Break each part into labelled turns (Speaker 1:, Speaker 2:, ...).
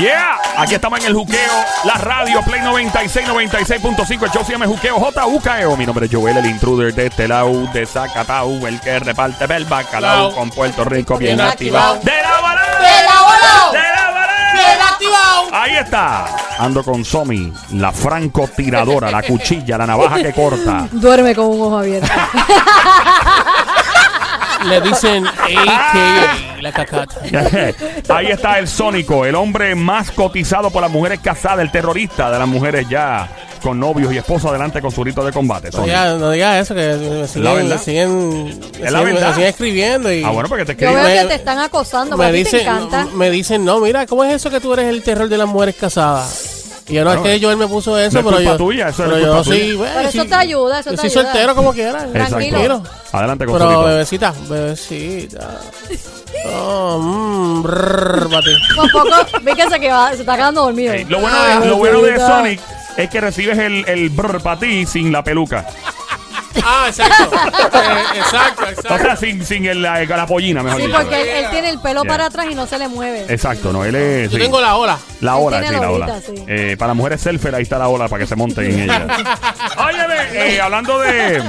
Speaker 1: Yeah, aquí estamos en el juqueo, la radio Play 96, 96.5, el show se llama El Juqueo, J.U.K.E.O. E Mi nombre es Joel, el intruder de este lado, de Zacatau, el que reparte el bacalao
Speaker 2: Lao.
Speaker 1: con Puerto Rico bien,
Speaker 2: Bien
Speaker 1: activado.
Speaker 2: activado.
Speaker 1: ¡De la bola!
Speaker 2: ¡De la bola!
Speaker 1: ¡De la bola!
Speaker 2: ¡Bien activado!
Speaker 1: Ahí está, ando con Somi, la francotiradora, la cuchilla, la navaja que corta.
Speaker 3: Duerme con un ojo abierto.
Speaker 2: Le dicen
Speaker 3: Ah.
Speaker 2: AKA, la cacata.
Speaker 1: Ahí está el Sónico, el hombre más cotizado por las mujeres casadas, el terrorista de las mujeres ya con novios y esposas adelante con su rito de combate.
Speaker 2: No
Speaker 1: Sónico.
Speaker 2: digas no diga eso, que me
Speaker 1: La
Speaker 2: siguen,
Speaker 1: verdad.
Speaker 2: me siguen, me
Speaker 1: la
Speaker 2: siguen, me
Speaker 1: verdad.
Speaker 2: siguen escribiendo. Y
Speaker 1: Ah, bueno, porque te
Speaker 3: Yo
Speaker 1: escribo.
Speaker 3: veo que
Speaker 2: me-
Speaker 3: te están acosando,
Speaker 2: me,
Speaker 3: a ti te
Speaker 2: dicen, mm,
Speaker 3: encanta.
Speaker 2: me dicen, no, mira, ¿cómo es eso que tú eres el terror de las mujeres casadas? Y yo no,
Speaker 1: Bueno,
Speaker 2: es que Joel me puso eso,
Speaker 1: no es
Speaker 2: pero
Speaker 1: culpa
Speaker 2: yo.
Speaker 1: tuya, eso es
Speaker 2: pero
Speaker 1: culpa
Speaker 2: yo
Speaker 1: tuya.
Speaker 2: sí, bueno,
Speaker 3: Pero eso
Speaker 2: sí,
Speaker 3: te ayuda, eso
Speaker 2: Yo
Speaker 3: te
Speaker 2: soy
Speaker 3: ayuda.
Speaker 2: soltero como quiera.
Speaker 1: Exacto.
Speaker 3: Tranquilo.
Speaker 1: Adelante con pues.
Speaker 2: Pero
Speaker 1: Sónico.
Speaker 2: bebecita, bebecita. Oh, mmm, brrr, bate.
Speaker 3: Con poco, ve que se, que va- se está quedando dormido.
Speaker 1: Ey, Lo bueno
Speaker 2: Ah,
Speaker 1: de, lo bueno de
Speaker 2: bebecita.
Speaker 1: Sonic
Speaker 3: ah.
Speaker 1: es que recibes el, el brr para ti sin la peluca.
Speaker 2: Ah, exacto. Eh, exacto,
Speaker 1: O
Speaker 2: exacto.
Speaker 1: sea, sin, sin el- la, la pollina, mejor
Speaker 3: sí,
Speaker 1: dicho.
Speaker 3: porque él, él tiene el pelo
Speaker 1: Yeah.
Speaker 3: para atrás y no se le mueve.
Speaker 1: Exacto, no, él es.
Speaker 2: Yo
Speaker 1: sí.
Speaker 2: tengo la ola.
Speaker 1: La
Speaker 3: Él
Speaker 1: ola, sí,
Speaker 3: tiene
Speaker 1: la
Speaker 3: la
Speaker 1: ola.
Speaker 3: bolita, sí.
Speaker 1: Eh, para mujeres selfies, ahí está la ola para que se monten en ella. Óyeme, eh, hablando de,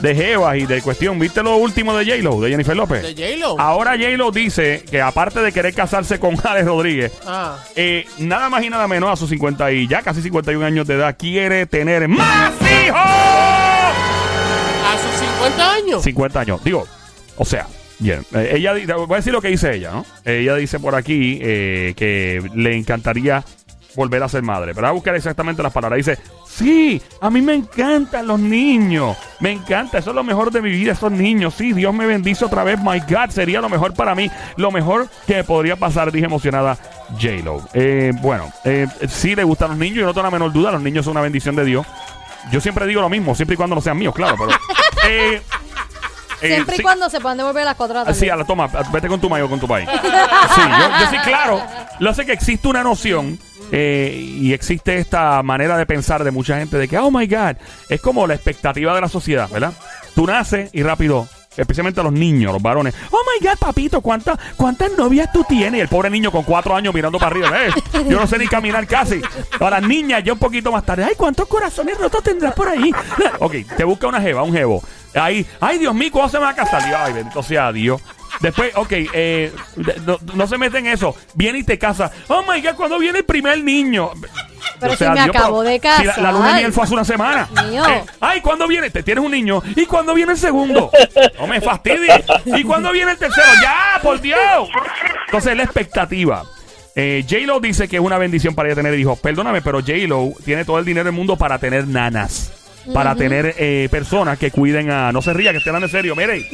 Speaker 1: de Jevas y de cuestión, ¿viste lo último de J-Lo, de Jennifer López?
Speaker 2: De J-Lo.
Speaker 1: Ahora J-Lo dice que aparte de querer casarse con Alex Rodríguez,
Speaker 2: Ah.
Speaker 1: eh, nada más y nada menos a sus 50 y ya casi 51 años de edad, quiere tener más hijos.
Speaker 2: A sus 50 años.
Speaker 1: 50 años, digo, o sea. Bien, Eh, ella di- voy a decir lo que dice ella, ¿no? Ella dice por aquí eh, que le encantaría volver a ser madre, pero va a buscar exactamente las palabras. Dice, sí, a mí me encantan los niños, me encanta, eso es lo mejor de mi vida, esos niños, sí, Dios me bendice otra vez, my God, sería lo mejor para mí, lo mejor que me podría pasar, dije emocionada J-Lo. Eh, bueno, eh, sí le gustan los niños, yo no tengo la menor duda, los niños son una bendición de Dios. Yo siempre digo lo mismo, siempre y cuando no sean míos, claro, pero... eh, eh,
Speaker 3: Siempre y
Speaker 1: sí.
Speaker 3: cuando se puedan devolver a las cuatro de la
Speaker 1: Ah, Sí,
Speaker 3: tarde.
Speaker 1: a la toma, vete con tu mayo, con tu país. Sí, yo, yo sí, claro. Lo sé que existe una noción eh, y existe esta manera de pensar de mucha gente de que, oh my God, es como la expectativa de la sociedad, ¿verdad? Tú naces y rápido, especialmente a los niños, los varones, oh my God, papito, ¿cuántas cuántas novias tú tienes? Y el pobre niño con cuatro años mirando para arriba, ¿eh? Yo no sé ni caminar casi. A las niñas, yo un poquito más tarde, ay, ¿cuántos corazones rotos tendrás por ahí? ok, te busca una jeva, un jevo. Ahí, ay, Dios mío, ¿cuándo se me va a casar? Digo, ay, bendito sea Dios. Después, ok, eh, de- no, no se mete en eso. Viene y te casa. Oh my God, ¿cuándo viene el primer niño?
Speaker 3: Pero si me acabo de
Speaker 1: pero- si la- la, luna de
Speaker 3: casar.
Speaker 1: miel fue hace una semana. Eh,
Speaker 3: Mío.
Speaker 1: ay, ¿cuándo viene? Te tienes un niño. ¿Y cuándo viene el segundo? No me fastidies. ¿Y cuándo viene el tercero? ¡Ya, por Dios! Entonces, la expectativa. Eh, J-Lo dice que es una bendición para ella tener hijos. Perdóname, pero J-Lo tiene todo el dinero del mundo para tener nanas. Para tener eh, personas que cuiden a. No se ría, que esté hablando en serio. Mire.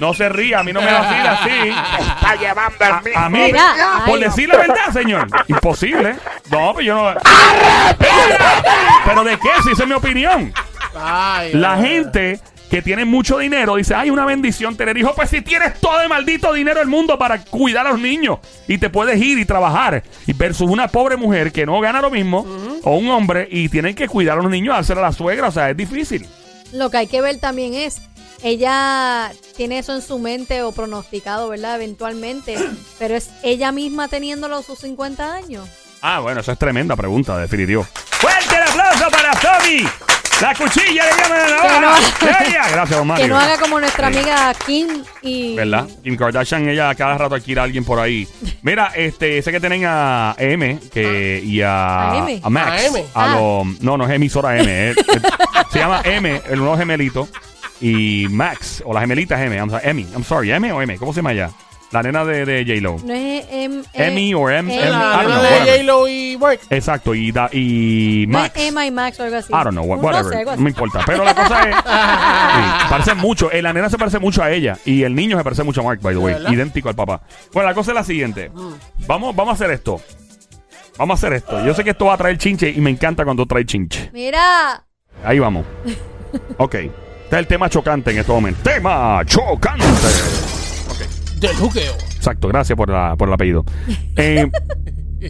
Speaker 1: No se ría, a mí no me vacila así.
Speaker 4: está llevando el mismo.
Speaker 1: A mí,
Speaker 3: Mira,
Speaker 1: por
Speaker 3: ay, no.
Speaker 1: decir la verdad, señor. Imposible. No, pues yo no. ¿Pero de qué? Si esa es mi opinión.
Speaker 2: Ay,
Speaker 1: La
Speaker 2: ay,
Speaker 1: gente que tiene mucho dinero dice, ay, una bendición tener hijos. Pues si tienes todo el maldito dinero del mundo para cuidar a los niños y te puedes ir y trabajar. Y versus una pobre mujer que no gana lo mismo o un hombre y tienen que cuidar a los niños, hacer a la suegra. O sea, es difícil.
Speaker 3: Lo que hay que ver también es, ella tiene eso en su mente o pronosticado, ¿verdad? Eventualmente, pero es ella misma teniéndolo a sus 50 años.
Speaker 1: Ah, bueno, esa es tremenda pregunta, definitivo. ¡Fuerte el aplauso para Tommy! ¡La cuchilla le llaman a la
Speaker 3: Que no-
Speaker 1: navaja! ¡Ella! Gracias, don Mario.
Speaker 3: Que no haga como nuestra
Speaker 1: Sí.
Speaker 3: amiga Kim y...
Speaker 1: ¿Verdad? Kim Kardashian, ella a cada rato adquiere a alguien por ahí. Mira, este, sé que tienen a M que, y a,
Speaker 3: Ah. ¿A M?
Speaker 1: Max.
Speaker 2: ¿A M?
Speaker 1: a
Speaker 3: Ah.
Speaker 1: los- no, no es emisora M. es- es- se llama M, el nuevo gemelito. Y Max, o la gemelita es M. I'm, sorry, Emmy, I'm sorry, M o M, ¿cómo se llama ella? La nena de, de J-Lo.
Speaker 3: No es em, eh,
Speaker 1: Emmy o M.
Speaker 3: Emmy.
Speaker 2: ay.
Speaker 1: I
Speaker 2: La
Speaker 1: don't
Speaker 2: luna
Speaker 1: know,
Speaker 2: de
Speaker 1: whatever.
Speaker 2: J-Lo y Work.
Speaker 1: Exacto, y, da- y
Speaker 3: No
Speaker 1: Max.
Speaker 3: es Pues Emma y Max o algo así.
Speaker 1: I don't know, wha-
Speaker 3: No
Speaker 1: whatever.
Speaker 3: sé, algo
Speaker 1: No,
Speaker 3: así.
Speaker 1: me importa. Pero la cosa es. sí, parecen mucho. Eh, la nena se parece mucho a ella. Y el niño se parece mucho a Mark, by the way.
Speaker 2: ¿Verdad?
Speaker 1: Idéntico al papá. Bueno, la cosa es la siguiente.
Speaker 3: Mm.
Speaker 1: Vamos, vamos a hacer esto. Vamos a hacer esto. Yo sé que esto va a traer chinche y me encanta cuando trae chinche.
Speaker 3: Mira,
Speaker 1: Ahí vamos. Ok. Este es el tema chocante en este momento. ¡Tema chocante!
Speaker 2: Del juqueo.
Speaker 1: Exacto, gracias por, la- por el apellido. Eh,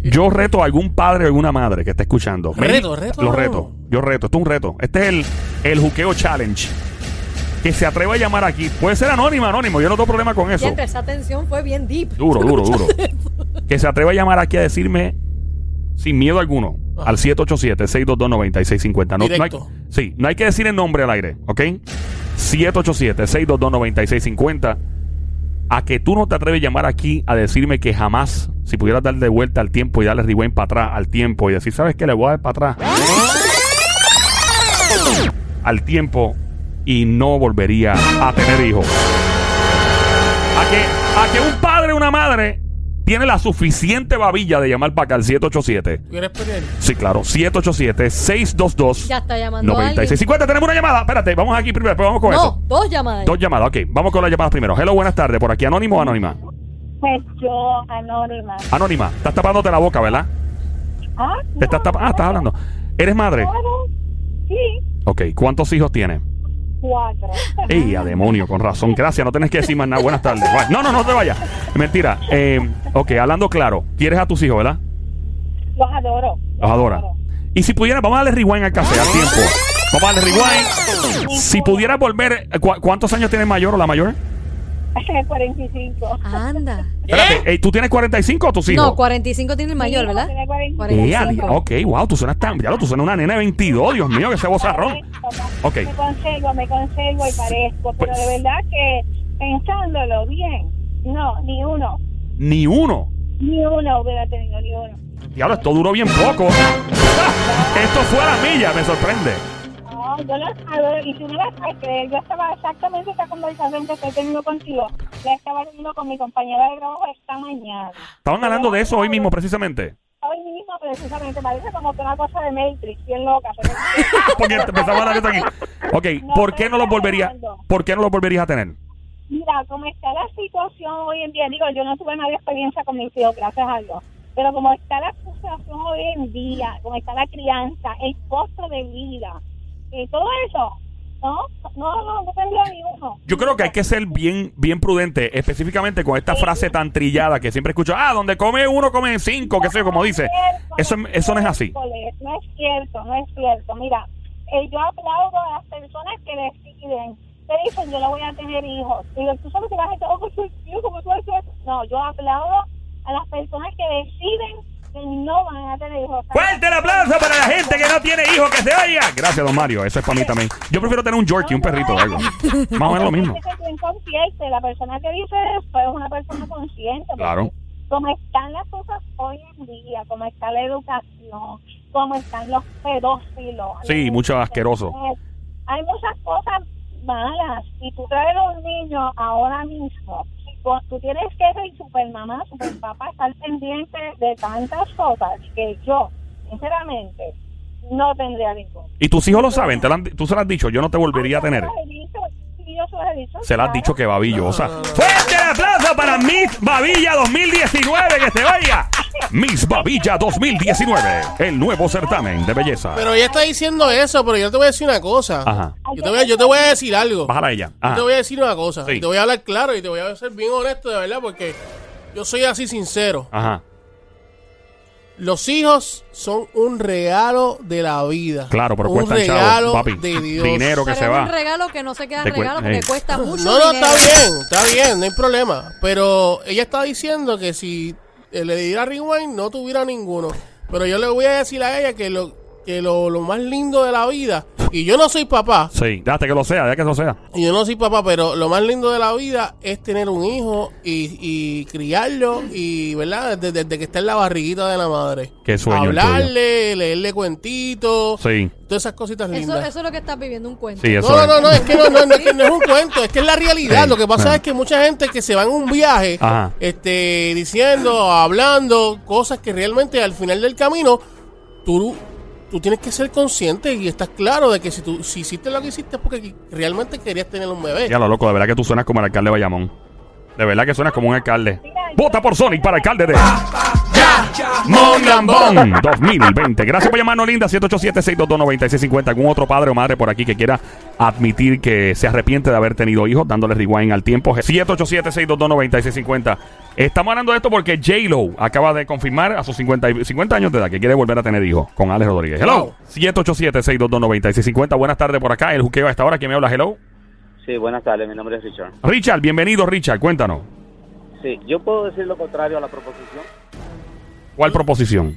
Speaker 1: yo reto a algún padre o alguna madre que esté escuchando. Me-
Speaker 2: Reto, reto.
Speaker 1: Los reto. Yo reto. Esto es un reto. Este es el, el juqueo challenge. Que se atreva a llamar aquí. Puede ser anónima, anónimo. Yo no tengo problema con eso.
Speaker 3: ya esa tensión fue bien deep.
Speaker 1: Duro, duro, duro. que se atreva a llamar aquí a decirme sin miedo alguno
Speaker 2: Ajá.
Speaker 1: al 787-622-9650. No, no hay,
Speaker 2: Directo.
Speaker 1: sí, no hay que decir el nombre al aire, ¿ok? 787-622-9650. A que tú no te atreves a llamar aquí a decirme que jamás, si pudieras darle vuelta al tiempo y darle rewind para atrás al tiempo y decir, ¿sabes qué? Le voy a dar para atrás al tiempo y no volvería a tener hijos. A que, a que un padre o una madre tiene la suficiente babilla de llamar para acá al 787.
Speaker 2: ¿Tú quieres pelear?
Speaker 1: Sí, claro. 787-622.
Speaker 3: Ya está llamando a alguien.
Speaker 1: 9650, tenemos una llamada. Espérate, vamos aquí primero, después vamos con
Speaker 3: No,
Speaker 1: eso.
Speaker 3: dos llamadas.
Speaker 1: Dos llamadas, ok. Vamos con las llamadas primero. Hello, buenas tardes. Por aquí, anónimo o anónima.
Speaker 4: Pues yo, anónima.
Speaker 1: Anónima, estás tapándote la boca, ¿verdad?
Speaker 4: ¿Ah?
Speaker 1: Te estás tap- ah, estás hablando. ¿Eres madre?
Speaker 4: Claro. Sí,
Speaker 1: Ok, ¿cuántos hijos tienes?
Speaker 4: cuatro.
Speaker 1: ¡Ey, a demonio! Con razón. Gracias, no tenés que decir más nada. Buenas tardes. Bye. No, no, no te vayas. Mentira. Eh, ok, hablando claro, quieres a tus hijos, ¿verdad?
Speaker 4: Los adoro.
Speaker 1: Los adora.
Speaker 4: adoro.
Speaker 1: Y si pudiera, vamos a darle rewind al café, al tiempo. Vamos a darle rewind. Si pudieras volver, ¿cu- ¿cuántos años tienes mayor o la mayor?
Speaker 4: Este 45.
Speaker 3: Anda.
Speaker 1: Espérate, eh, ¿tú tienes 45 o tus hijos?
Speaker 3: No, 45 tiene el mayor, ¿verdad?
Speaker 4: Tiene 45.
Speaker 1: Eh, a
Speaker 3: 45.
Speaker 1: dia- ok, wow, tú suenas tan. Ya lo, tú suenas una nena de 22, Dios mío, que se bozarrón. Ok.
Speaker 4: Me conservo, me conservo y parezco. Pero de verdad que pensándolo bien, no, ni uno.
Speaker 1: Ni uno.
Speaker 4: Ni uno hubiera tenido, ni uno.
Speaker 1: Diablo, esto duró bien poco. esto fue a la milla, me sorprende.
Speaker 4: No, yo los adoro y tú no las puedes creer. Yo estaba exactamente esta conversación que estoy teniendo contigo. La estaba teniendo con mi compañera de trabajo esta mañana.
Speaker 1: Estaban hablando de eso hoy mismo, precisamente.
Speaker 4: Hoy mismo, precisamente, parece como que una cosa de Matrix, bien loca. Pero...
Speaker 1: Porque empezamos a hablar de esto aquí. Ok,
Speaker 4: No,
Speaker 1: ¿por qué
Speaker 4: pero
Speaker 1: no los
Speaker 4: está
Speaker 1: volverías?
Speaker 4: hablando.
Speaker 1: ¿Por qué no los volverías a tener?
Speaker 4: Mira, como está la situación hoy en día, digo, yo no tuve mala experiencia con mis hijos, gracias a Dios, pero como está la situación hoy en día, como está la crianza, el costo de vida, eh, todo eso, ¿no? No, no, no tendría ni uno.
Speaker 1: Yo creo que hay que ser bien, bien prudente, específicamente con esta frase tan trillada que siempre escucho, ah, donde come uno, come cinco, qué sé yo, como dice. Eso, eso no es así.
Speaker 4: Miércoles, No es cierto, no es cierto. Mira, eh, yo aplaudo a las personas que deciden. Te dicen, yo no voy a tener hijos. Digo, tú sabes que la gente, oh, Dios mío, ¿cómo tú haces eso?". No, yo aplaudo a las personas que deciden que no van a tener hijos.
Speaker 1: Fuerte el aplauso para la gente que no tiene hijos, que se oiga. Gracias, don Mario. Eso es para mí también. Yo prefiero tener un Yorkie, un perrito o algo. Más o menos lo mismo.
Speaker 4: Es bien consciente. La persona que dice eso es una persona consciente. porque
Speaker 1: Claro.
Speaker 4: Como están las cosas hoy en día, como está la educación, como están los pedófilos.
Speaker 1: Sí,
Speaker 4: los-
Speaker 1: mucho asqueroso.
Speaker 4: Eh, Hay muchas cosas malas. Y tú traes a un niño ahora mismo. pues, Tú tienes que ser super mamá, super papá, estar pendiente de tantas cosas que yo, sinceramente, no tendría ningún.
Speaker 1: Y tus hijos lo saben, te lo han- tú se lo has dicho, yo no te volvería a tener. Se lo has dicho que babillosa. Fuerte el aplauso para Miss Babilla 2019, que se oiga. este Miss Babilla 2019, el nuevo certamen de belleza.
Speaker 2: Pero ella está diciendo eso, pero yo te voy a decir una cosa.
Speaker 1: Ajá.
Speaker 2: Yo te voy a, yo te voy a decir algo.
Speaker 1: Bájala a ella.
Speaker 2: Yo te
Speaker 1: Ajá.
Speaker 2: voy a decir una cosa.
Speaker 1: Sí.
Speaker 2: Y te voy a hablar claro y te voy a ser bien honesto, de verdad, porque yo soy así sincero.
Speaker 1: Ajá.
Speaker 2: Los hijos son un regalo de la vida.
Speaker 1: Claro, pero
Speaker 2: un
Speaker 1: cuestan
Speaker 2: regalo
Speaker 1: chavos, papi.
Speaker 2: de Dios.
Speaker 1: Dinero que
Speaker 3: Pero
Speaker 1: se
Speaker 3: es un
Speaker 1: va.
Speaker 3: regalo que no se queda
Speaker 1: Te cuen-
Speaker 3: regalo porque
Speaker 1: eh.
Speaker 3: cuesta mucho
Speaker 2: No, no,
Speaker 3: dinero.
Speaker 2: está bien, está bien, no hay problema. Pero ella está diciendo que si eh, le diera rewind no tuviera ninguno. Pero yo le voy a decir a ella que lo que lo, lo más lindo de la vida, y yo no soy papá,
Speaker 1: Sí, date que lo sea, déjate que lo sea.
Speaker 2: y yo no soy papá, pero lo más lindo de la vida es tener un hijo y, y criarlo, y ¿verdad? Desde, desde que está en la barriguita de la madre.
Speaker 1: Qué sueño el
Speaker 2: Hablarle, leerle cuentitos,
Speaker 1: Sí,
Speaker 2: todas esas cositas
Speaker 3: Eso,
Speaker 2: lindas.
Speaker 3: eso es lo que estás viviendo, un cuento.
Speaker 1: sí, eso
Speaker 2: No,
Speaker 1: es.
Speaker 2: no, no, es que no, no, no, es que no es un cuento, es que es la realidad.
Speaker 1: Sí,
Speaker 2: Lo que pasa
Speaker 1: claro.
Speaker 2: es que mucha gente que se va en un viaje,
Speaker 1: Ajá.
Speaker 2: este, diciendo, hablando, cosas que realmente al final del camino, tú, tú tienes que ser consciente y estás claro de que si tú si hiciste lo que hiciste es porque realmente querías tener un bebé.
Speaker 1: Ya lo loco, de verdad que tú suenas como el alcalde de Bayamón. De verdad que suenas como un alcalde. Vota por Sonic para alcalde de Mon Lambón 2020. Gracias por llamarnos, linda. 787-622-9650. ¿Algún otro padre o madre por aquí que quiera admitir que se arrepiente de haber tenido hijos? Dándole rewind al tiempo. 787-622-9650. Estamos hablando de esto porque J-Lo acaba de confirmar a sus 50, y- 50 años de edad que quiere volver a tener hijos con Alex Rodríguez. Hello.
Speaker 2: Wow.
Speaker 1: 787-622-9650. Buenas tardes por acá. El juqueo a esta hora. ¿Quién me habla? Hello.
Speaker 5: Sí, buenas tardes, mi nombre es Richard.
Speaker 1: Richard, bienvenido, Richard. Cuéntanos.
Speaker 5: Sí, yo puedo decir lo contrario a la proposición.
Speaker 1: ¿Cuál proposición?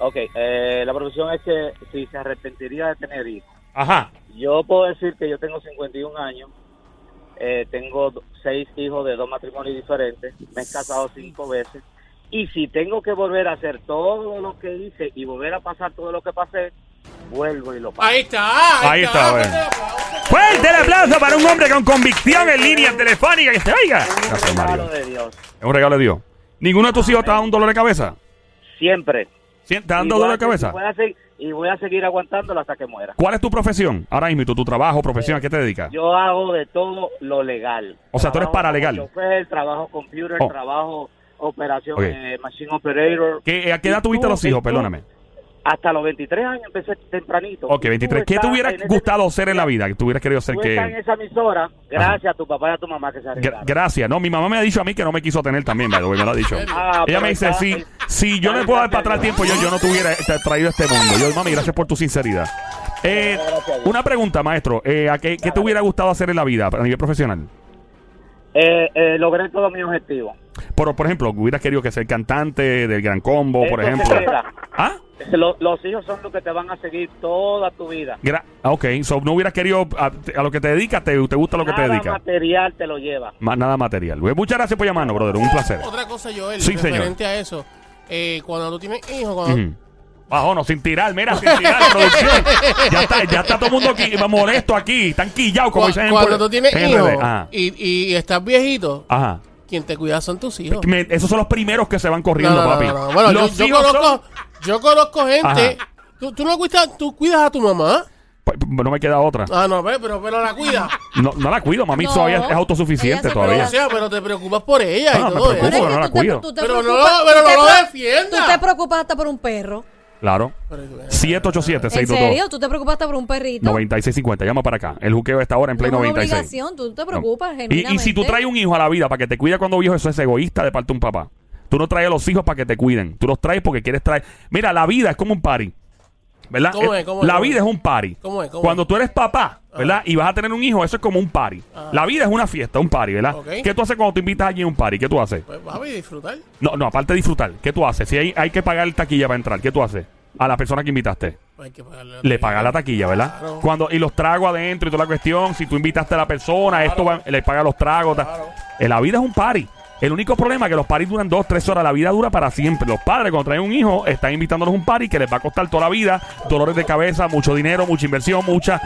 Speaker 5: Ok, eh, la profesión es que si se arrepentiría de tener hijos.
Speaker 1: Ajá.
Speaker 5: Yo puedo decir que yo tengo 51 años, eh, tengo do- seis hijos de dos matrimonios diferentes, me he casado cinco veces. Y si tengo que volver a hacer todo lo que hice y volver a pasar todo lo que pasé, vuelvo y lo paso.
Speaker 2: Ahí está, ahí,
Speaker 1: Ahí está,
Speaker 2: está. Ah,
Speaker 1: bueno. Fuerte el aplauso para un hombre con convicción en línea telefónica que se oiga. Gracias,
Speaker 5: Un regalo
Speaker 1: Mario.
Speaker 5: de Dios.
Speaker 1: Es un regalo de Dios. ¿Ninguno de tus hijos te da un dolor de cabeza?
Speaker 5: Siempre.
Speaker 1: ¿Sí? ¿Te dan
Speaker 5: Y voy
Speaker 1: dolor
Speaker 5: a
Speaker 1: de
Speaker 5: seguir-
Speaker 1: cabeza?
Speaker 5: voy a seguir- y voy a seguir aguantándolo hasta que muera.
Speaker 1: ¿Cuál es tu profesión? Ahora mismo, tu, tu trabajo, profesión, ¿a qué te dedicas?
Speaker 5: Yo hago de todo lo legal.
Speaker 1: O sea, tú eres
Speaker 5: Trabajo
Speaker 1: paralegal.
Speaker 5: como chofer, trabajo computer,
Speaker 1: Oh.
Speaker 5: trabajo operación,
Speaker 1: Ok.
Speaker 5: eh, machine operator.
Speaker 1: ¿Qué- ¿A qué edad
Speaker 5: ¿Y tú-
Speaker 1: tuviste los
Speaker 5: y
Speaker 1: hijos?
Speaker 5: tú?
Speaker 1: Perdóname.
Speaker 5: Hasta los 23 años empecé tempranito.
Speaker 1: Ok,
Speaker 5: Y tú
Speaker 1: 23. ¿Qué te
Speaker 5: estás
Speaker 1: hubiera
Speaker 5: en ese-
Speaker 1: gustado ser en la vida? ¿Que te hubieras querido ser
Speaker 5: Tú
Speaker 1: que...?
Speaker 5: estás en esa emisora gracias a tu papá y a tu mamá que se
Speaker 1: Gra-
Speaker 5: arriesgaron.
Speaker 1: gracias. No, mi mamá me ha dicho a mí que no me quiso tener también, by the way, me lo ha dicho.
Speaker 5: Ah,
Speaker 1: Ella
Speaker 5: pero
Speaker 1: me dice,
Speaker 5: está-
Speaker 1: si, si yo le puedo dar para atrás tiempo, yo, yo no tuviera tra- traído este mundo. Yo, mami, gracias por tu sinceridad. Eh, una pregunta, maestro. Eh, ¿a qué, qué te hubiera gustado hacer en la vida a nivel profesional?
Speaker 5: Eh, eh, logré todo mi objetivo.
Speaker 1: Por, por ejemplo, hubieras querido que ser cantante del Gran Combo, por
Speaker 5: Eso
Speaker 1: ejemplo.
Speaker 5: se queda.
Speaker 1: ¿Ah?
Speaker 5: Lo- los hijos son los que te van a seguir toda tu vida.
Speaker 1: Gra- ah, ok, so no hubieras querido a, a lo que te dedicas, te, te gusta lo que te
Speaker 5: Nada
Speaker 1: dedicas.
Speaker 5: material te lo lleva.
Speaker 1: Más nada material. Pues Muchas gracias por llamarnos, brother. Un placer.
Speaker 2: Otra cosa, Joel,
Speaker 1: Sí, señor.
Speaker 2: referente a eso. Eh, cuando tú tienes hijos, cuando
Speaker 1: Ujú. Bajo, no, sin tirar, mira, sin tirar, producción. Ya está, ya está todo el mundo qui- molesto aquí, están quillados, como
Speaker 2: Cu-
Speaker 1: dicen en
Speaker 2: cuando
Speaker 1: Puerto-
Speaker 2: tú tienes
Speaker 1: en
Speaker 2: hijos
Speaker 1: RD. Ajá. Ah.
Speaker 2: y, y estás viejito,
Speaker 1: Ajá.
Speaker 2: quien te cuida son tus hijos.
Speaker 1: Me- esos son los primeros que se van
Speaker 2: No,
Speaker 1: corriendo,
Speaker 2: no, no,
Speaker 1: papi.
Speaker 2: no, no. Bueno, yo,
Speaker 1: Los
Speaker 2: yo
Speaker 1: hijos son-
Speaker 2: conozco, yo conozco gente.
Speaker 1: Ajá.
Speaker 2: ¿Tú, tú no cuidas, tú cuidas a tu mamá.
Speaker 1: Pues, No me queda otra.
Speaker 2: Ah, no, ve, pero, pero la cuida.
Speaker 1: No, no la cuido, mami,
Speaker 3: No.
Speaker 1: todavía es
Speaker 3: Ella
Speaker 1: autosuficiente
Speaker 3: se
Speaker 2: Pero,
Speaker 1: todavía.
Speaker 2: o sea, pero te preocupas por ella
Speaker 1: Ah,
Speaker 2: y
Speaker 1: me
Speaker 2: todo
Speaker 1: preocupo, no
Speaker 2: eso.
Speaker 1: la
Speaker 3: tú te-
Speaker 1: cuido.
Speaker 3: tú te
Speaker 2: Pero no,
Speaker 3: preocupas-
Speaker 2: pero
Speaker 3: tú te
Speaker 2: no lo
Speaker 3: pre-
Speaker 2: defiendas.
Speaker 3: Tú te preocupas hasta por un perro.
Speaker 1: Claro.
Speaker 2: Pero- eh,
Speaker 1: 787
Speaker 3: ¿En
Speaker 1: 622
Speaker 3: serio? ¿Tú te preocupas hasta por un perrito?
Speaker 1: 9650, llama para acá. El juqueo está ahora en Play
Speaker 3: No es una
Speaker 1: 96.
Speaker 3: obligación, tú te
Speaker 1: No.
Speaker 3: preocupas
Speaker 1: Y, y si tú
Speaker 3: genuinamente.
Speaker 1: traes un hijo a la vida para que te cuide cuando viejo, eso es egoísta de parte de un papá. Tú no traes a los hijos para que te cuiden. Tú los traes porque quieres traer. Mira, la vida es como un party. ¿Verdad?
Speaker 2: ¿Cómo
Speaker 1: Eh,
Speaker 2: es? ¿Cómo es?
Speaker 1: la
Speaker 2: ¿Cómo
Speaker 1: vida
Speaker 2: es?
Speaker 1: es un party.
Speaker 2: ¿Cómo es? Ah. ¿Cómo
Speaker 1: Cuando tú eres papá, ¿verdad? Y vas a tener un hijo, eso es como un party. La vida es una fiesta, un party, ¿verdad?
Speaker 2: Ah. Ok.
Speaker 1: ¿Qué tú haces cuando te invitas a alguien a un party? ¿Qué tú haces?
Speaker 2: Pues vas a disfrutar.
Speaker 1: No, no, aparte de disfrutar. ¿Qué tú haces? Si hay, hay que pagar el taquilla para entrar, ¿qué tú haces? A la persona que invitaste.
Speaker 2: Hay que pagarle.
Speaker 1: Le pagas la taquilla, ¿verdad?
Speaker 2: Claro.
Speaker 1: Cuando, y los tragos adentro y toda la cuestión. Si tú invitaste a la persona, esto va- le paga los tragos. ta-
Speaker 2: Claro.
Speaker 1: Eh, La vida es un party. El único problema es que los paris duran dos, tres horas. La vida dura para siempre. Los padres, cuando traen un hijo, están invitándolos a un party que les va a costar toda la vida. Dolores de cabeza, mucho dinero, mucha inversión, muchas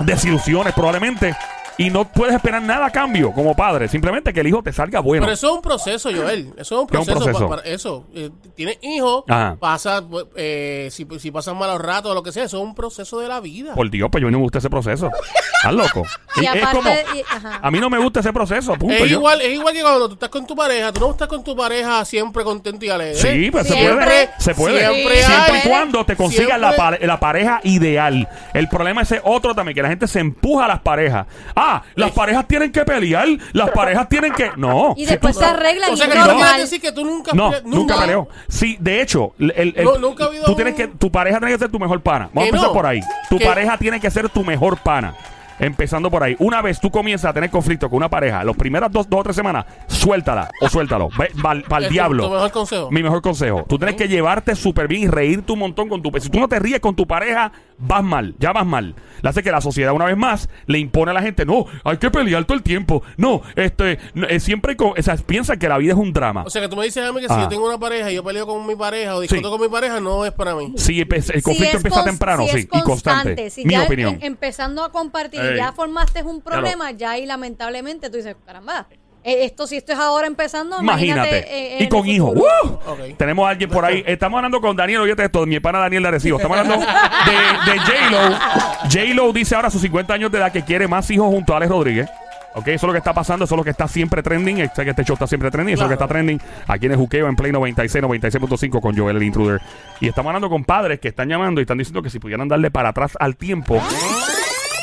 Speaker 1: desilusiones probablemente. Y no puedes esperar nada a cambio como padre. Simplemente que el hijo te salga bueno.
Speaker 2: Pero eso es un proceso, Joel. Eso es un
Speaker 1: ¿Qué es un
Speaker 2: proceso.
Speaker 1: proceso?
Speaker 2: pa- para eso. Eh, tienes hijos,
Speaker 1: Ajá.
Speaker 2: pasa, eh, si, si pasan malos ratos o lo que sea, eso es un proceso de la vida.
Speaker 1: Por Dios, pues yo a mí no me gusta ese proceso. Estás loco.
Speaker 3: Y
Speaker 1: Es- es
Speaker 3: aparte-
Speaker 1: como-
Speaker 3: y- ajá.
Speaker 1: a mí no me gusta ese proceso. punto.
Speaker 2: Es
Speaker 1: Yo-
Speaker 2: igual, es igual que cuando tú estás con tu pareja, tú no estás con tu pareja siempre contento y alegre.
Speaker 1: Sí, pues se
Speaker 3: Siempre,
Speaker 1: puede. Se puede. Siempre,
Speaker 2: siempre
Speaker 3: hay.
Speaker 1: y cuando te consigas la,
Speaker 2: Siempre.
Speaker 1: pare- la pareja ideal. El problema es ese otro también, que la gente se empuja a las parejas. Ah, las parejas tienen que pelear, las parejas tienen que... No.
Speaker 3: Y
Speaker 1: si
Speaker 3: después
Speaker 1: tú-
Speaker 3: se arreglan
Speaker 2: O sea
Speaker 3: y
Speaker 2: que
Speaker 3: es
Speaker 2: tú no
Speaker 3: normal.
Speaker 2: quieres decir que tú nunca
Speaker 1: No,
Speaker 2: pele-
Speaker 1: nunca peleó. Sí, de hecho, el, el- el-
Speaker 2: No, nunca ha habido
Speaker 1: tú tienes
Speaker 2: un-
Speaker 1: que, tu pareja tiene que ser tu mejor pana. Vamos a
Speaker 2: Que
Speaker 1: empezar
Speaker 2: no.
Speaker 1: por ahí. Tu
Speaker 2: Que-
Speaker 1: pareja tiene que ser tu mejor pana. Empezando por ahí. Una vez tú comienzas a tener conflicto con una pareja, las primeras dos, dos o tres semanas, suéltala o suéltalo. Ve, val- pa'l
Speaker 2: Es tu-
Speaker 1: diablo.
Speaker 2: tu mejor consejo.
Speaker 1: Mi mejor consejo. Tú tienes que llevarte súper bien y reírte un montón con tu Si tú no te ríes con tu pareja, vas mal. Ya vas mal. La hace que la sociedad, una vez más, le impone a la gente: no, hay que pelear todo el tiempo. No, este, no, eh, siempre con. O sea, piensa que la vida es un drama.
Speaker 2: O sea que tú me dices a mí que
Speaker 1: Ah.
Speaker 2: si yo tengo una pareja y yo peleo con mi pareja o discuto
Speaker 1: Sí.
Speaker 2: con mi pareja, no es para mí.
Speaker 1: Sí, empe- el
Speaker 3: Si
Speaker 1: conflicto
Speaker 3: es
Speaker 1: empieza
Speaker 3: cons-
Speaker 1: temprano,
Speaker 3: si
Speaker 1: sí,
Speaker 3: es
Speaker 1: y constante.
Speaker 3: Si
Speaker 1: Mi
Speaker 3: ya em-,
Speaker 1: opinión.
Speaker 3: en- empezando a compartir y
Speaker 1: Ey.
Speaker 3: ya formaste un
Speaker 1: Claro.
Speaker 3: problema, ya ahí lamentablemente tú dices, caramba, eh, esto si esto es ahora empezando,
Speaker 1: Imagínate.
Speaker 3: imagínate. eh, en
Speaker 1: y
Speaker 3: el
Speaker 1: con hijos.
Speaker 3: futuro.
Speaker 1: ¡Woo!
Speaker 2: Ok.
Speaker 1: Tenemos a alguien por ahí. Estamos hablando con Daniel, oye esto, mi pana Daniel de Arecibo. Estamos hablando de, de J-Lo. J-Lo dice ahora a sus 50 años de edad que quiere más hijos junto a Alex Rodríguez. Ok, eso es lo que está pasando, eso es lo que está siempre trending. Sé que este show está siempre trending, eso es lo que está trending. Aquí en el Juqueo, en Play 96, 96.5 con Joel el Intruder. Y estamos hablando con padres que están llamando y están diciendo que si pudieran darle para atrás al tiempo,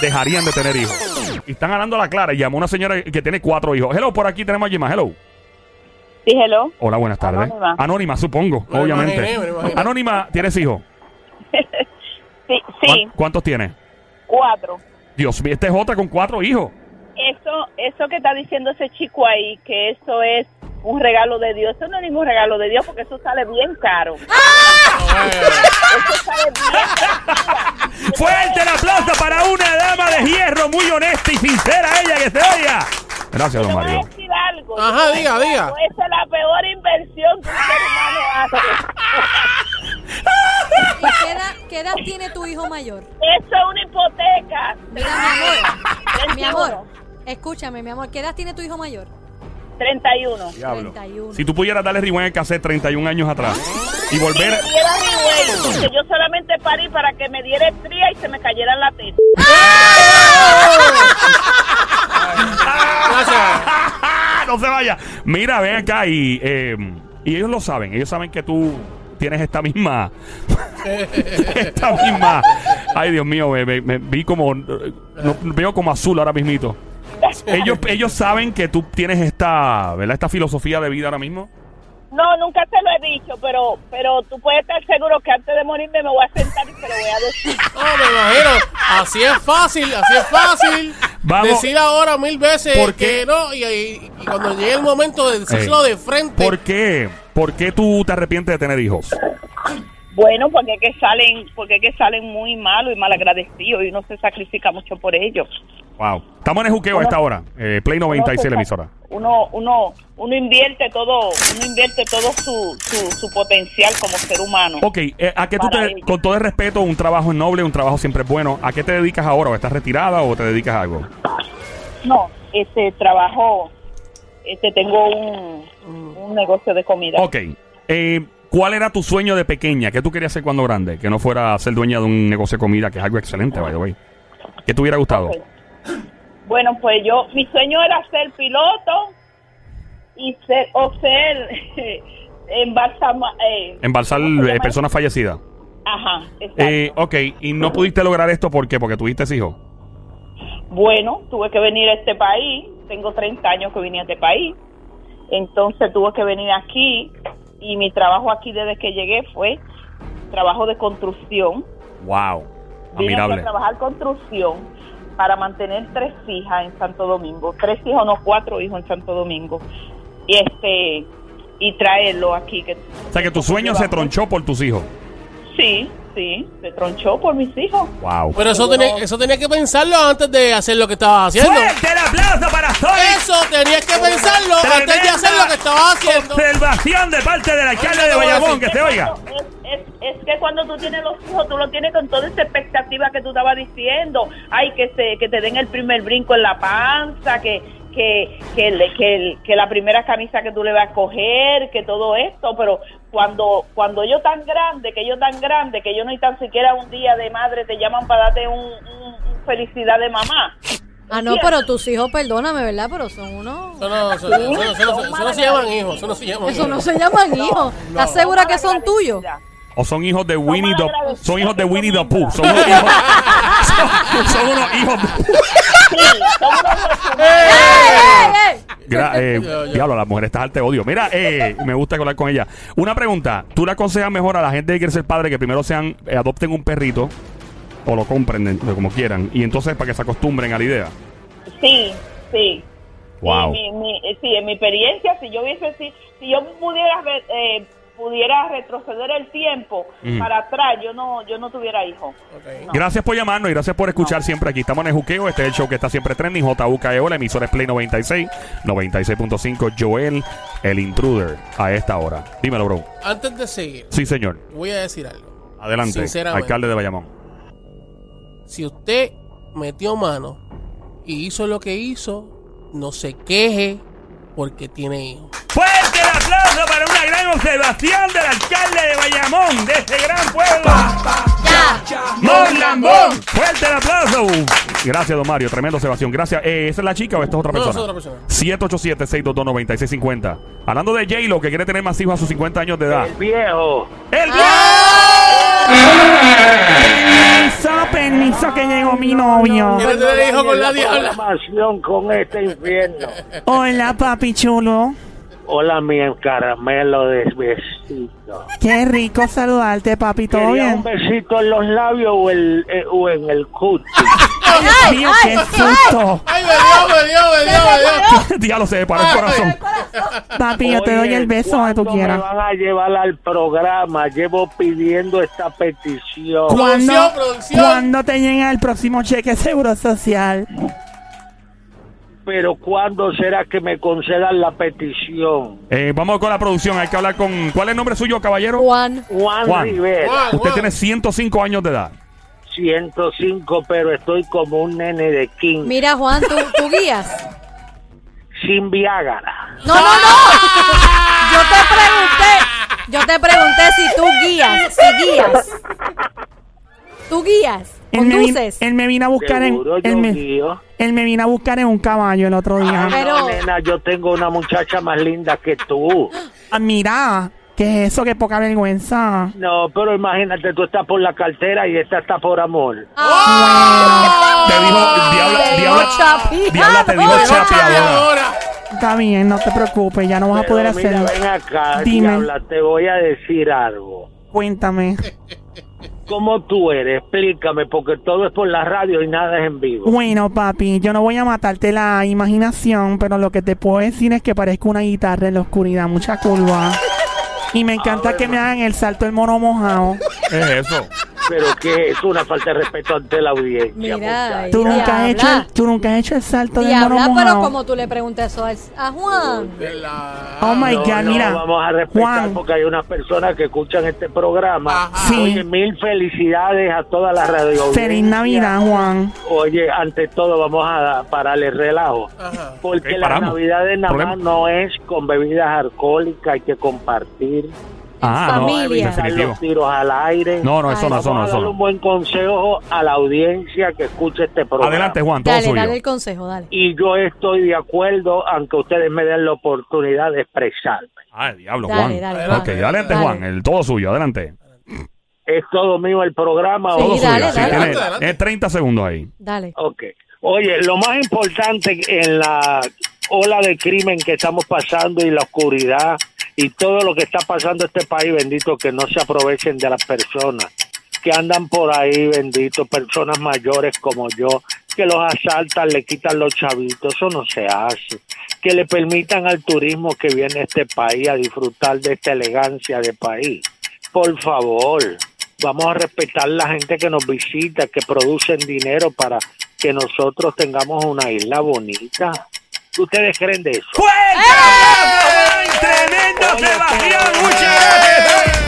Speaker 1: dejarían de tener hijos. Y están hablando a la clara. Y llamó una señora que tiene cuatro hijos. Hello, por aquí tenemos a Jimma. Hello.
Speaker 4: Sí, hello.
Speaker 1: Hola, buenas tardes. Anónima,
Speaker 4: Anónima.
Speaker 1: supongo,
Speaker 2: Me lo
Speaker 1: obviamente.
Speaker 2: imaginé, me lo imaginé.
Speaker 1: Anónima, ¿tienes hijos?
Speaker 4: Sí,
Speaker 1: ¿Cuán- ¿Cuántos tienes?
Speaker 4: cuatro.
Speaker 1: Dios mío, este esta es otra con cuatro hijos.
Speaker 4: Eso, eso que está diciendo ese chico ahí, que eso es un regalo de Dios. Eso no es ningún regalo de Dios porque eso sale bien caro. Eso sale bien caro.
Speaker 1: Fuerte el aplauso para una dama de hierro muy honesta y sincera, ella que se oiga. Gracias, don
Speaker 4: Te voy a
Speaker 1: Mario.
Speaker 4: decir algo.
Speaker 2: Ajá,
Speaker 4: Yo
Speaker 2: diga,
Speaker 4: creo
Speaker 2: diga.
Speaker 4: que Esa es la peor inversión que un ser humano hace.
Speaker 3: ¿Y qué edad, qué edad tiene tu hijo mayor?
Speaker 4: Eso es una hipoteca.
Speaker 3: Mira, mi amor. Mi
Speaker 4: 31.
Speaker 3: amor, escúchame, mi amor. ¿Qué edad tiene tu hijo mayor?
Speaker 4: 31.
Speaker 1: Diablo.
Speaker 3: 31.
Speaker 1: Si tú pudieras darle rewind al cassette 31 años atrás y volver.
Speaker 4: Si me diera mi güey, que yo solamente parí para que me diera fría y se me cayera la teta.
Speaker 2: Gracias.
Speaker 1: no se vaya. Mira, ven acá y, eh, y ellos lo saben. Ellos saben que tú tienes esta misma. esta misma. Ay, Dios mío, me, me- me vi como. no- veo como azul ahora mismito. Ellos, ellos saben que tú tienes esta, ¿verdad? Esta filosofía de vida ahora mismo.
Speaker 4: No, nunca te lo he dicho, pero pero tú puedes estar seguro que antes de morirme me voy a sentar y te lo voy a decir.
Speaker 2: Oh, me imagino. Así es fácil, así es fácil.
Speaker 1: Vamos.
Speaker 2: Decir ahora mil veces
Speaker 1: ¿Por qué?
Speaker 2: que no y, y- y cuando llegue el momento de decirlo
Speaker 1: Ey.
Speaker 2: de frente.
Speaker 1: ¿Por qué? ¿Por qué tú te arrepientes de tener hijos?
Speaker 4: Bueno, porque es que salen, porque es que salen muy malos y malagradecidos y uno se sacrifica mucho por ellos.
Speaker 1: Wow. Estamos en el juqueo a esta hora. Eh, Play
Speaker 4: Uno
Speaker 1: 96, la
Speaker 4: se sa-
Speaker 1: emisora.
Speaker 4: Uno, uno, uno invierte todo, uno invierte todo su, su, su potencial como ser humano.
Speaker 1: Ok, eh, ¿a qué tú
Speaker 4: Para
Speaker 1: te,
Speaker 4: ello.
Speaker 1: con todo el respeto, un trabajo es noble, un trabajo siempre es bueno, ¿a qué te dedicas ahora? ¿O estás retirada o te dedicas a algo?
Speaker 4: No, este trabajo, este tengo un, un negocio de comida.
Speaker 1: Ok, eh, ¿cuál era tu sueño de pequeña? ¿Qué tú querías hacer cuando grande? Que no fuera a ser dueña de un negocio de comida, que es algo excelente, by the way. ¿Qué te hubiera gustado?
Speaker 4: Ok. Bueno, pues yo, mi sueño era ser piloto y ser, o ser embalsama, eh,
Speaker 1: Embalsar
Speaker 4: ¿cómo se
Speaker 1: eh,
Speaker 4: llama
Speaker 1: personas fallecidas.
Speaker 4: eso? Ajá, exacto.
Speaker 1: Eh, ok, ¿y no pudiste lograr esto por qué? Porque tuviste hijos.
Speaker 4: Bueno, tuve que venir a este país, tengo 30 años que vine a este país, entonces tuve que venir aquí y mi trabajo aquí desde que llegué fue trabajo de construcción.
Speaker 1: Wow,
Speaker 4: Vine aquí
Speaker 1: admirable.
Speaker 4: a trabajar construcción para mantener tres hijas en Santo Domingo, tres hijos, no cuatro hijos en Santo Domingo, y este y traerlo aquí. Que
Speaker 1: O sea, que tu sueño se tronchó por tus hijos.
Speaker 4: Sí, sí, se tronchó por mis hijos.
Speaker 1: Wow.
Speaker 2: Pero eso tenía, eso tenía que pensarlo antes de hacer lo que estabas haciendo.
Speaker 1: el aplauso para Sonic!
Speaker 2: Eso tenías que pensarlo antes de
Speaker 1: Tremenda
Speaker 2: hacer lo que estabas haciendo.
Speaker 1: Observación de parte del alcalde de
Speaker 2: Oiga,
Speaker 1: Bayamón,
Speaker 2: oiga,
Speaker 1: que se oiga.
Speaker 4: Es, es- es que cuando tú tienes los hijos, tú lo tienes con toda esa expectativa que tú estabas diciendo. Ay, que, se, que te den el primer brinco en la panza, que, que, que, le- que el- que la primera camisa que tú le vas a coger, que todo esto. Pero cuando cuando yo tan grande, que yo tan grande, que yo no ni tan siquiera un día de madre te llaman para darte un, un- un felicidad de mamá.
Speaker 3: Ah, no, pero tus hijos, perdóname, ¿verdad? Pero son unos...
Speaker 2: Eso no, eso, eso no- eso no- eso no se llaman hijos, eso no se llaman
Speaker 3: Eso no
Speaker 2: hijos.
Speaker 3: se llaman hijos. ¿Estás segura que son tuyos?
Speaker 4: Malagradecida.
Speaker 1: O son hijos de Winnie the
Speaker 4: malagradecidos
Speaker 1: Son hijos de
Speaker 4: que
Speaker 1: Winnie the
Speaker 4: son
Speaker 1: Pooh.
Speaker 4: hembras.
Speaker 1: Son unos hijos. son, son
Speaker 2: Ah.
Speaker 1: unos hijos. de-
Speaker 4: Sí, son unos-
Speaker 3: ¡Ey, ey, ey!
Speaker 1: Gra- eh,
Speaker 2: Yo, yo.
Speaker 1: diablo, la mujer está arte odio. Mira, eh, me gusta hablar con ella. Una pregunta. ¿Tú le aconsejas mejor a la gente que quiere ser padre que primero sean eh, adopten un perrito o lo compren de- de como quieran y entonces para que se acostumbren a la idea?
Speaker 4: Sí, sí.
Speaker 1: Wow.
Speaker 4: Sí, mi- mi- eh, sí, en mi experiencia, si yo hubiese, si, si yo pudiera, re- eh, pudiera retroceder el tiempo
Speaker 1: Mm.
Speaker 4: para atrás, yo no, yo no tuviera hijos.
Speaker 2: Ok.
Speaker 1: Gracias por llamarnos y gracias por escuchar siempre aquí. Estamos en el Juqueo. Este es el show que está siempre trending. JUKEO, E la emisora es Play 96, 96.5. Joel, el intruder, a esta hora. Dímelo, bro.
Speaker 2: Antes de seguir,
Speaker 1: Sí, señor.
Speaker 2: voy a decir algo.
Speaker 1: Adelante,
Speaker 2: Sinceramente.
Speaker 1: alcalde de Bayamón.
Speaker 2: Si usted metió mano y hizo lo que hizo, no se queje porque tiene hijos.
Speaker 1: Fuerte el aplauso para una gran observación del alcalde de Bayamón, de este gran pueblo. ¡Morlambón! Fuerte el aplauso. Gracias, don Mario. Tremendo observación. Gracias. Eh, ¿Esa es la chica o esta es otra
Speaker 2: No,
Speaker 1: persona?
Speaker 2: es otra persona.
Speaker 1: 787-622-9650. Hablando de J-Lo, que quiere tener más hijos a sus 50 años de edad.
Speaker 5: El viejo.
Speaker 1: ¡El Permiso, permiso, que llegó mi novio.
Speaker 2: Quiere tener hijos con la
Speaker 5: Daniel,
Speaker 2: diabla.
Speaker 5: programación con este infierno.
Speaker 6: Hola, papi chulo.
Speaker 5: Hola, mi caramelo de besito.
Speaker 6: Qué rico saludarte, papi. ¿Todo
Speaker 5: ¿Querías
Speaker 6: bien?
Speaker 5: un besito en los labios o, el, eh, o en el cutis?
Speaker 6: Dios mío, qué susto.
Speaker 2: ¡Ay, me dio, me dio, me dio, me dio!
Speaker 1: Diablo, se me paró el corazón.
Speaker 6: Papi, yo te doy el beso donde tú
Speaker 7: ¿cuándo me
Speaker 6: quieras.
Speaker 7: van a llevar al programa? Llevo pidiendo esta petición.
Speaker 6: ¿Cuándo,
Speaker 2: Producción, producción.
Speaker 6: cuándo te llega el próximo cheque de seguro social?
Speaker 7: Pero ¿cuándo será que me concedan la petición?
Speaker 1: Eh, vamos con la producción. Hay que hablar con. ¿Cuál es el nombre suyo, caballero?
Speaker 3: Juan.
Speaker 7: Juan,
Speaker 1: Juan.
Speaker 7: Rivera,
Speaker 2: Juan,
Speaker 1: Usted
Speaker 2: Juan.
Speaker 1: tiene 105 años de edad.
Speaker 7: 105, pero estoy como un nene de 15,
Speaker 3: Mira, Juan, ¿tú, tú guías.
Speaker 7: sin Viagra.
Speaker 3: No, no, no. Yo te pregunté. Yo te pregunté si tú guías. Si guías. Tú guías.
Speaker 6: Él me, vin-
Speaker 3: Conduces.
Speaker 6: él me vino a buscar en
Speaker 7: Seguro
Speaker 6: él
Speaker 7: yo
Speaker 6: me,
Speaker 7: guío.
Speaker 6: él me vino a buscar en un caballo el otro
Speaker 7: Ah,
Speaker 6: día.
Speaker 3: Pero-
Speaker 7: no, nena, yo tengo una muchacha más linda que tú.
Speaker 6: Ah, mira, qué es eso, qué poca vergüenza.
Speaker 7: No, pero imagínate, tú estás por la cartera y esta está por amor.
Speaker 1: Te dijo. Diabla,
Speaker 3: Ah. Te dijo
Speaker 1: diabla,
Speaker 3: chapi.
Speaker 1: Diabla te dijo
Speaker 3: Ah,
Speaker 1: chapi
Speaker 2: Chapi
Speaker 1: ahora.
Speaker 2: ahora.
Speaker 6: Está bien, no te preocupes, ya no vas a
Speaker 7: Pero
Speaker 6: poder
Speaker 7: mira,
Speaker 6: hacerlo.
Speaker 7: ven acá,
Speaker 6: Dime.
Speaker 7: diabla, te voy a decir algo.
Speaker 6: Cuéntame.
Speaker 7: ¿Cómo tú eres? Explícame, porque todo es por la radio y nada es en vivo.
Speaker 6: Bueno, papi, yo no voy a matarte la imaginación, pero lo que te puedo decir es que parezco una guitarra en la oscuridad, mucha curva. Y
Speaker 7: Ah,
Speaker 6: me encanta que me hagan el salto del mono mojado.
Speaker 1: Es eso.
Speaker 7: Pero que es una falta de respeto ante la audiencia.
Speaker 3: Mira,
Speaker 7: muchacha.
Speaker 6: Tú nunca, has hecho
Speaker 3: Diabla.
Speaker 6: el, tú nunca has hecho el salto del mono
Speaker 3: Diabla,
Speaker 6: mojado.
Speaker 3: pero como tú le preguntas eso al- a Juan.
Speaker 2: De la-
Speaker 6: Oh my
Speaker 7: No,
Speaker 6: God,
Speaker 7: no,
Speaker 6: mira.
Speaker 7: vamos a respetar
Speaker 6: Juan.
Speaker 7: porque hay unas personas que escuchan este programa.
Speaker 2: Ajá.
Speaker 6: Sí.
Speaker 7: Oye, mil felicidades a toda la radio.
Speaker 6: Feliz Navidad, Juan.
Speaker 7: Oye, ante todo vamos a pararle el relajo.
Speaker 2: Ajá.
Speaker 7: Porque
Speaker 1: Eh,
Speaker 7: la
Speaker 1: paramos.
Speaker 7: Navidad de nada
Speaker 1: Problema.
Speaker 7: más no es con bebidas alcohólicas, hay que compartir.
Speaker 1: Ah, no.
Speaker 3: Familia.
Speaker 7: evitar
Speaker 1: Definitivo.
Speaker 7: los tiros al aire.
Speaker 1: No, no, eso no,
Speaker 3: Ay,
Speaker 1: eso no,
Speaker 7: Vamos a
Speaker 1: eso
Speaker 7: darle un
Speaker 1: no.
Speaker 7: buen consejo a la audiencia que escuche este programa.
Speaker 1: Adelante, Juan, todo
Speaker 3: Dale,
Speaker 1: suyo.
Speaker 3: dale el consejo, dale.
Speaker 7: Y yo estoy de acuerdo, aunque ustedes me den la oportunidad de expresarme.
Speaker 1: Ay, diablo, Juan.
Speaker 3: Dale, dale,
Speaker 1: ok,
Speaker 2: Juan.
Speaker 1: adelante,
Speaker 3: Dale.
Speaker 1: Juan. El todo suyo, adelante.
Speaker 7: Es todo mío el programa.
Speaker 3: Sí,
Speaker 7: o-
Speaker 1: Todo suyo.
Speaker 3: dale,
Speaker 1: Sí,
Speaker 3: dale.
Speaker 1: tiene-
Speaker 2: Adelante, adelante.
Speaker 1: tiene 30 segundos ahí.
Speaker 3: Dale.
Speaker 7: Ok. Oye, lo más importante en la ola de crimen que estamos pasando y la oscuridad y todo lo que está pasando en este país, bendito, que no se aprovechen de las personas que andan por ahí, bendito, personas mayores como yo, que los asaltan, le quitan los chavitos, eso no se hace. Que le permitan al turismo que viene a este país a disfrutar de esta elegancia de país. Por favor, vamos a respetar la gente que nos visita, que producen dinero para que nosotros tengamos una isla bonita. ¿Ustedes creen de eso?
Speaker 1: ¡Fuerte! ¡Tremendo
Speaker 7: Oye,
Speaker 1: Sebastián!
Speaker 7: pero-
Speaker 1: ¡Muchas gracias!